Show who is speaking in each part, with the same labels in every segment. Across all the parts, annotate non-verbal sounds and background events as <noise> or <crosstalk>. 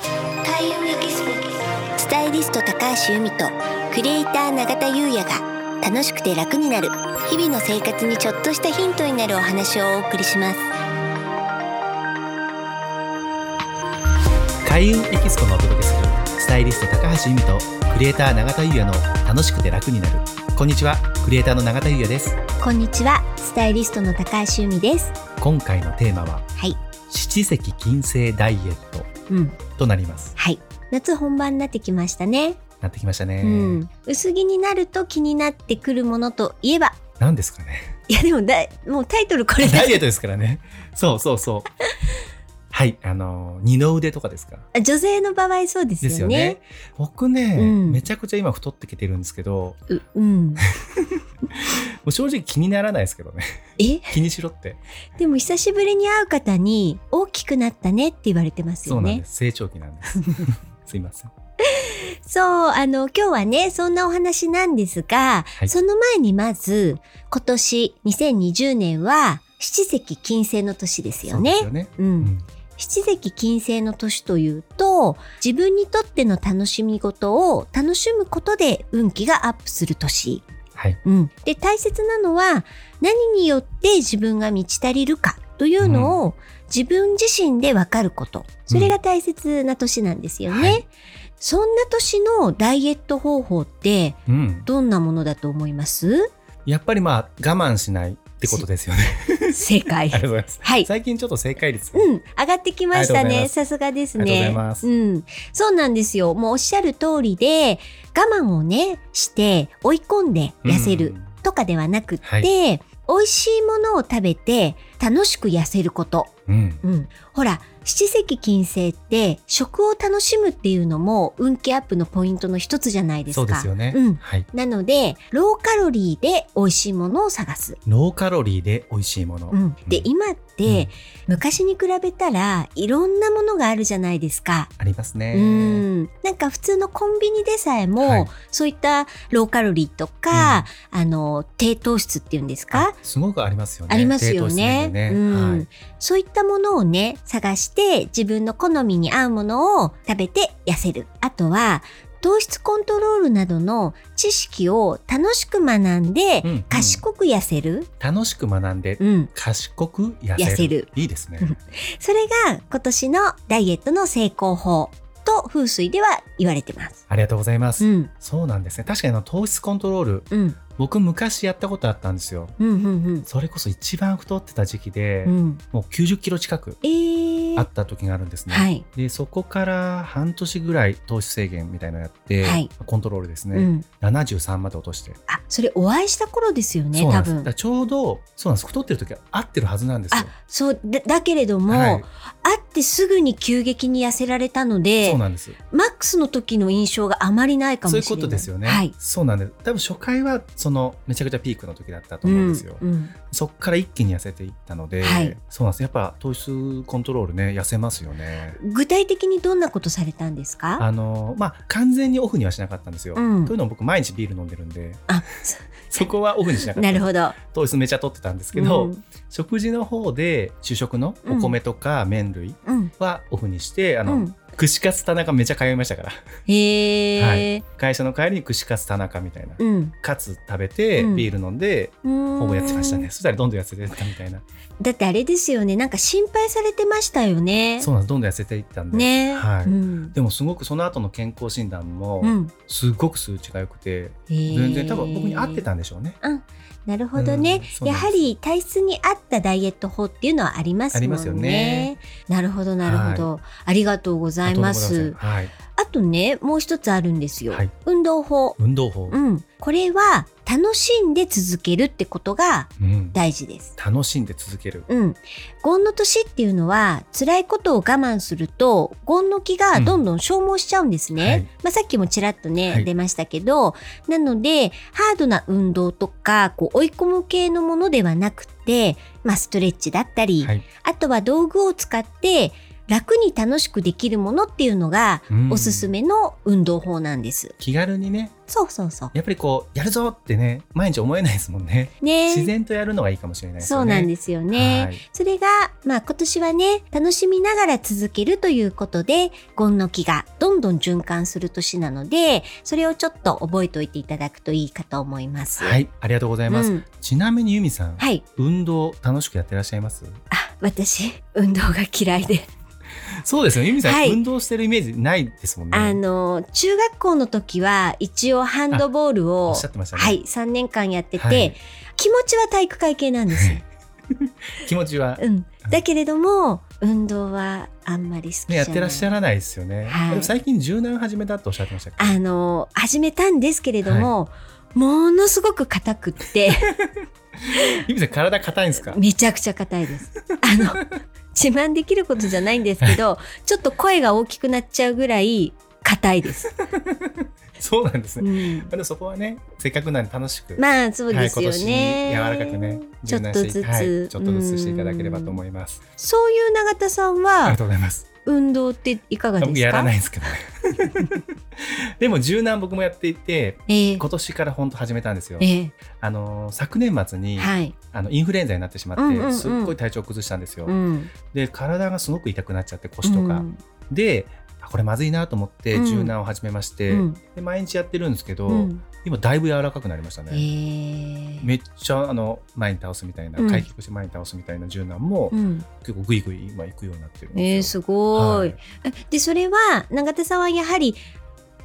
Speaker 1: 田優也ギススタイリスト高橋由美とクリエイター永田優也が楽しくて楽になる日々の生活にちょっとしたヒントになるお話をお送りします
Speaker 2: 開運エキスポがお届けするスタイリスト高橋由美とクリエイター永田優也の楽しくて楽になるこんにちはクリエイターの永田優也です
Speaker 1: こんにちはスタイリストの高橋由美です
Speaker 2: 今回のテーマは
Speaker 1: はい
Speaker 2: 七石金星ダイエット
Speaker 1: うん
Speaker 2: となります
Speaker 1: はい夏本番になってきましたね、
Speaker 2: なってきましたね、
Speaker 1: うん薄着になると気になってくるものといえば <laughs>
Speaker 2: なんですかね
Speaker 1: いやでもだいもうタイトルこれ
Speaker 2: ダ
Speaker 1: だ
Speaker 2: イエットですからねそうそうそうはいあの二の腕とかですか
Speaker 1: 女性の場合そうです
Speaker 2: です
Speaker 1: よ
Speaker 2: よ
Speaker 1: ね
Speaker 2: ね僕ね、
Speaker 1: うん
Speaker 2: めちゃくちゃ今太ってきてるんですけども
Speaker 1: う <laughs> うん
Speaker 2: う正直気にならないですけどね
Speaker 1: え
Speaker 2: 気にしろって
Speaker 1: でも久しぶりに会う方に大きくなったねって言われてます
Speaker 2: そ
Speaker 1: よ
Speaker 2: うなん
Speaker 1: ね
Speaker 2: で。す成長期なんです
Speaker 1: <laughs>
Speaker 2: すいません
Speaker 1: そうあの今日はねそんなお話なんですが、
Speaker 2: はい
Speaker 1: その前にまず今年2020年は七石金星の年ですよね。
Speaker 2: そうですよね、
Speaker 1: う、
Speaker 2: うんん
Speaker 1: 七石金星の年というと自分にとっての楽しみ事を楽しむことで運気がアップする年。
Speaker 2: はい
Speaker 1: うん、で大切なのは何によって自分が満ち足りるかというのを、自分自身で分かることそれが大切な年なんですよね、
Speaker 2: はい
Speaker 1: そんな年のダイエット方法って
Speaker 2: うん、
Speaker 1: どんなものだと思います
Speaker 2: <laughs> やっぱりまあ我慢しないってことですよね。
Speaker 1: 正
Speaker 2: あ
Speaker 1: 解
Speaker 2: <laughs> りがとうございます。
Speaker 1: はい
Speaker 2: 最近ちょっと正解率、
Speaker 1: うん、上がってきました
Speaker 2: ありがとうござい
Speaker 1: ね。
Speaker 2: ます
Speaker 1: さすがです
Speaker 2: ありがとう
Speaker 1: ね
Speaker 2: ございます
Speaker 1: ん、そうなんですよ。もうおっしゃる通りで、我慢をね、して追い込んで痩せる
Speaker 2: うん。
Speaker 1: とかではなくって、
Speaker 2: は
Speaker 1: 美味しいものを食べて楽しく痩せること。
Speaker 2: うん、
Speaker 1: うん。ほら、七石金星って食を楽しむっていうのも運気アップのポイントの一つじゃないですか。
Speaker 2: そうですよね。
Speaker 1: うん
Speaker 2: はい。
Speaker 1: なので、ローカロリーで美味しいものを探す。
Speaker 2: ノーカロリーで美味しいもの。
Speaker 1: うん。で、
Speaker 2: うん
Speaker 1: 今って、昔に比べたらいろんなものがあるじゃないですか。
Speaker 2: ありますね。
Speaker 1: うん、なんか普通のコンビニでさえも、
Speaker 2: はい
Speaker 1: そういったローカロリーとか、あの低糖質っていうんですか
Speaker 2: あすごくありますよね。
Speaker 1: ありますよ
Speaker 2: 低糖
Speaker 1: ね
Speaker 2: 質メ
Speaker 1: う
Speaker 2: ニューね
Speaker 1: ん
Speaker 2: はい
Speaker 1: そういったものをね探して自分の好みに合うものを食べて痩せるあとは糖質コントロールなどの知識を楽しく学んで、
Speaker 2: うんうん
Speaker 1: 賢く痩せる、
Speaker 2: 楽しく学んで、
Speaker 1: うん、
Speaker 2: 賢く痩せる
Speaker 1: 痩せる
Speaker 2: いいですね。
Speaker 1: それが今年のダイエットの成功法と風水では言われてます。
Speaker 2: ありがとうございます。
Speaker 1: うん
Speaker 2: そうなんですね。確かにあの糖質コントロール、
Speaker 1: うん
Speaker 2: 僕昔やったことあったんですよ。
Speaker 1: うんうん
Speaker 2: それこそ一番太ってた時期で、
Speaker 1: うんうん
Speaker 2: もう90キロ近く
Speaker 1: えー、
Speaker 2: あった時があるんですね。
Speaker 1: はい、
Speaker 2: でそこから半年ぐらい糖質制限みたいなのやって、
Speaker 1: はい
Speaker 2: コントロールです
Speaker 1: う
Speaker 2: ね、
Speaker 1: ん、
Speaker 2: 73まで落として、
Speaker 1: あそれお会いした頃ですよね
Speaker 2: そうな
Speaker 1: 多
Speaker 2: んですだか
Speaker 1: 分
Speaker 2: らちょうどそうなんです太ってる時は合ってるはずなんですよ
Speaker 1: あそうだだけれども、
Speaker 2: はい
Speaker 1: 会ってすぐに急激に痩せられたので
Speaker 2: そうなんです
Speaker 1: マックスの時の印象があまりないかもし
Speaker 2: そう
Speaker 1: れない
Speaker 2: いうことですよね、
Speaker 1: はい
Speaker 2: そうなんです多分初回はそのめちゃくちゃピークの時だったと思うんですよ、
Speaker 1: うんうん
Speaker 2: そっから一気に痩せていったので、
Speaker 1: はい
Speaker 2: そうなんですやっぱ糖質コントロールね痩せますよね
Speaker 1: 具体的にどんなことされたんですか
Speaker 2: あのまあ完全にオフにはしなかったんですよ、
Speaker 1: うん
Speaker 2: というのも僕毎日ビール飲んでるんで <laughs>
Speaker 1: あ
Speaker 2: そこはオフにしなかっ
Speaker 1: <laughs>
Speaker 2: た
Speaker 1: なるほど。
Speaker 2: 糖質めちゃ取ってたんですけど、
Speaker 1: うん
Speaker 2: 食事の方で主食のお米とか麺類
Speaker 1: うん
Speaker 2: はオフにして、あ
Speaker 1: う
Speaker 2: の、
Speaker 1: ん、
Speaker 2: 串カツ田中めちゃ通いましたから
Speaker 1: へえ、
Speaker 2: 会社の帰りに串カツ田中みたいな、
Speaker 1: うん
Speaker 2: カツ食べて
Speaker 1: うん
Speaker 2: ビール飲んで、
Speaker 1: ほ
Speaker 2: ほぼやってましたねそしたらどんどん痩せていったみたいな、
Speaker 1: だってあれですよねなんか心配されてましたよね
Speaker 2: そうなんですどんどん痩せていったんで、
Speaker 1: ね、
Speaker 2: はい
Speaker 1: うん
Speaker 2: でもすごくその後の健康診断も
Speaker 1: うん
Speaker 2: すごく数値が良くて、
Speaker 1: 全
Speaker 2: 全然多分僕に合ってたんでしょうね。
Speaker 1: なるほどね、
Speaker 2: うんそう
Speaker 1: や
Speaker 2: なんです
Speaker 1: はり体質に合ったダイエット法っていうのはありますもんね
Speaker 2: ありますよね
Speaker 1: なるほどなるほど、ありがとうございま
Speaker 2: あとどう
Speaker 1: す
Speaker 2: もございませんはい、
Speaker 1: あとねもう一つあるんですよ、
Speaker 2: はい
Speaker 1: 運動法
Speaker 2: 運動法、
Speaker 1: うんこれは楽しんで続けるってことが
Speaker 2: うん
Speaker 1: 大事です
Speaker 2: 楽しんで続ける。
Speaker 1: うん権の年っていうのは辛いことを我慢すると権の気がどんどん消耗しちゃうんですね、
Speaker 2: うんはい
Speaker 1: まあ、さっきもちらっとね、
Speaker 2: はい
Speaker 1: 出ましたけどなのでハードな運動とかこう追い込む系のものではなくて、まあ、ストレッチだったり、
Speaker 2: はい
Speaker 1: あとは道具を使って楽に楽しくできるものっていうのが、
Speaker 2: うん
Speaker 1: おすすめの運動法なんです。
Speaker 2: 気軽にね
Speaker 1: そうそうそう。
Speaker 2: やっぱりこうやるぞってね毎日思えないですもんね
Speaker 1: ね
Speaker 2: 自然とやるのがいいかもしれないです
Speaker 1: そ
Speaker 2: よ
Speaker 1: う
Speaker 2: ね
Speaker 1: なんですよね。
Speaker 2: はい
Speaker 1: それが、まあ今年はね、楽しみながら続けるということで、ゴンの木がどんどん循環する年なので、それをちょっと覚えておいていただくといいかと思います。
Speaker 2: はい、ありがとうございます、
Speaker 1: うん
Speaker 2: ちなみに由美さん、
Speaker 1: はい。
Speaker 2: 運動楽しくやってらっしゃいます
Speaker 1: あ、私、運動が嫌いで。
Speaker 2: そうですよね由美さん、
Speaker 1: はい
Speaker 2: 運動してるイメージないですもんね
Speaker 1: あの、中学校の時は一応ハンドボール
Speaker 2: お
Speaker 1: を
Speaker 2: っしゃ、ってましたね、
Speaker 1: はい、3年間やってて、
Speaker 2: はい
Speaker 1: 気持ちは体育会系なんですよ。
Speaker 2: 気持ちは
Speaker 1: うん。だけれども、運動はあんまり好きじゃな
Speaker 2: ね、
Speaker 1: い。
Speaker 2: やってらっしゃらないですよね、
Speaker 1: はい
Speaker 2: でも最近柔軟始めたとおっしゃってましたっけ
Speaker 1: あの始めたんですけれども、ものすごく硬くって
Speaker 2: <laughs> 由美さん体硬いんですか
Speaker 1: めちゃくちゃ硬いです。あの自慢できることじゃないんですけどちょっと声が大きくなっちゃうぐらい硬い
Speaker 2: <laughs>
Speaker 1: です。
Speaker 2: そうなんです
Speaker 1: う
Speaker 2: ね、
Speaker 1: ん
Speaker 2: でもそこはねせっかくなんで楽しく、
Speaker 1: まあそうですよ
Speaker 2: はい、
Speaker 1: ね。
Speaker 2: 今年柔らかくね
Speaker 1: ちょ
Speaker 2: 柔
Speaker 1: っ
Speaker 2: 軟
Speaker 1: と
Speaker 2: して
Speaker 1: ずつ、
Speaker 2: はい、ちょっとずつしていただければと
Speaker 1: うん
Speaker 2: 思います
Speaker 1: そういう永田さん
Speaker 2: あり
Speaker 1: は
Speaker 2: がとうございます
Speaker 1: 運動っていかがですか？
Speaker 2: 僕やらないですけどね <laughs> でも柔軟僕もやっていて
Speaker 1: ええ
Speaker 2: 今年から本当始めたんですよ
Speaker 1: え
Speaker 2: あのー昨年末
Speaker 1: え
Speaker 2: に、
Speaker 1: はい。
Speaker 2: あのインフルエンザになってしまって、
Speaker 1: うんうんうん
Speaker 2: すっごい体調崩したんですよ、
Speaker 1: うん。
Speaker 2: で体がすごく痛くなっちゃって腰とか、
Speaker 1: うん
Speaker 2: であこれまずいなと思って
Speaker 1: うん
Speaker 2: 柔軟を始めまして、
Speaker 1: うん
Speaker 2: で毎日やってるんですけど、
Speaker 1: うん
Speaker 2: 今だいぶ柔らかくなりました
Speaker 1: え
Speaker 2: ね、
Speaker 1: え
Speaker 2: めっちゃあの前に倒すみたいな
Speaker 1: うん
Speaker 2: 回復して前に倒すみたいな柔軟も、
Speaker 1: うん、
Speaker 2: 結構グイグイ今行くようになってるん
Speaker 1: えー、
Speaker 2: ですよ、
Speaker 1: すごい、
Speaker 2: は
Speaker 1: でそれは永田さんはやはり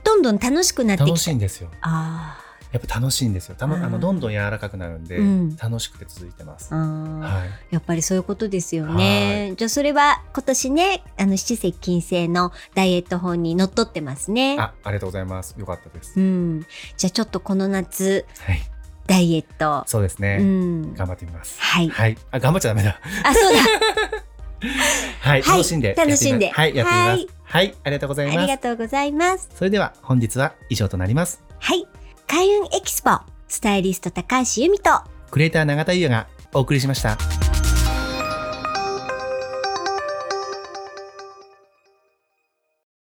Speaker 1: どんどん楽しくなってき
Speaker 2: 楽
Speaker 1: た
Speaker 2: しいんですよ
Speaker 1: あ
Speaker 2: やっぱ楽しいんですよた、ま、あ
Speaker 1: あー
Speaker 2: のどんどん柔らかくなるんで、
Speaker 1: うん
Speaker 2: 楽しくて続いてます、
Speaker 1: ーあー
Speaker 2: はい、
Speaker 1: やっぱりそういうことですよねじゃあそれは今年ねあの七石金星のダイエット法にのっとってますね
Speaker 2: あありがとうございますよかったで
Speaker 1: う
Speaker 2: す、
Speaker 1: んじゃあちょっとこの夏
Speaker 2: はい
Speaker 1: ダイエット、
Speaker 2: そうですね、
Speaker 1: うん
Speaker 2: 頑張ってみます
Speaker 1: はい
Speaker 2: はいあ頑張っちゃダメだ
Speaker 1: あそうだ
Speaker 2: はい、
Speaker 1: はい
Speaker 2: 楽しんでやってみます
Speaker 1: 楽しんで
Speaker 2: はいやってみますは
Speaker 1: はいい、
Speaker 2: ありがとうござい
Speaker 1: あ
Speaker 2: ま
Speaker 1: り
Speaker 2: す
Speaker 1: がとうございます
Speaker 2: それでは本日は以上となります
Speaker 1: はい開運エキスポスタイリスト高橋由美と
Speaker 2: クレーター永田優也がお送りしました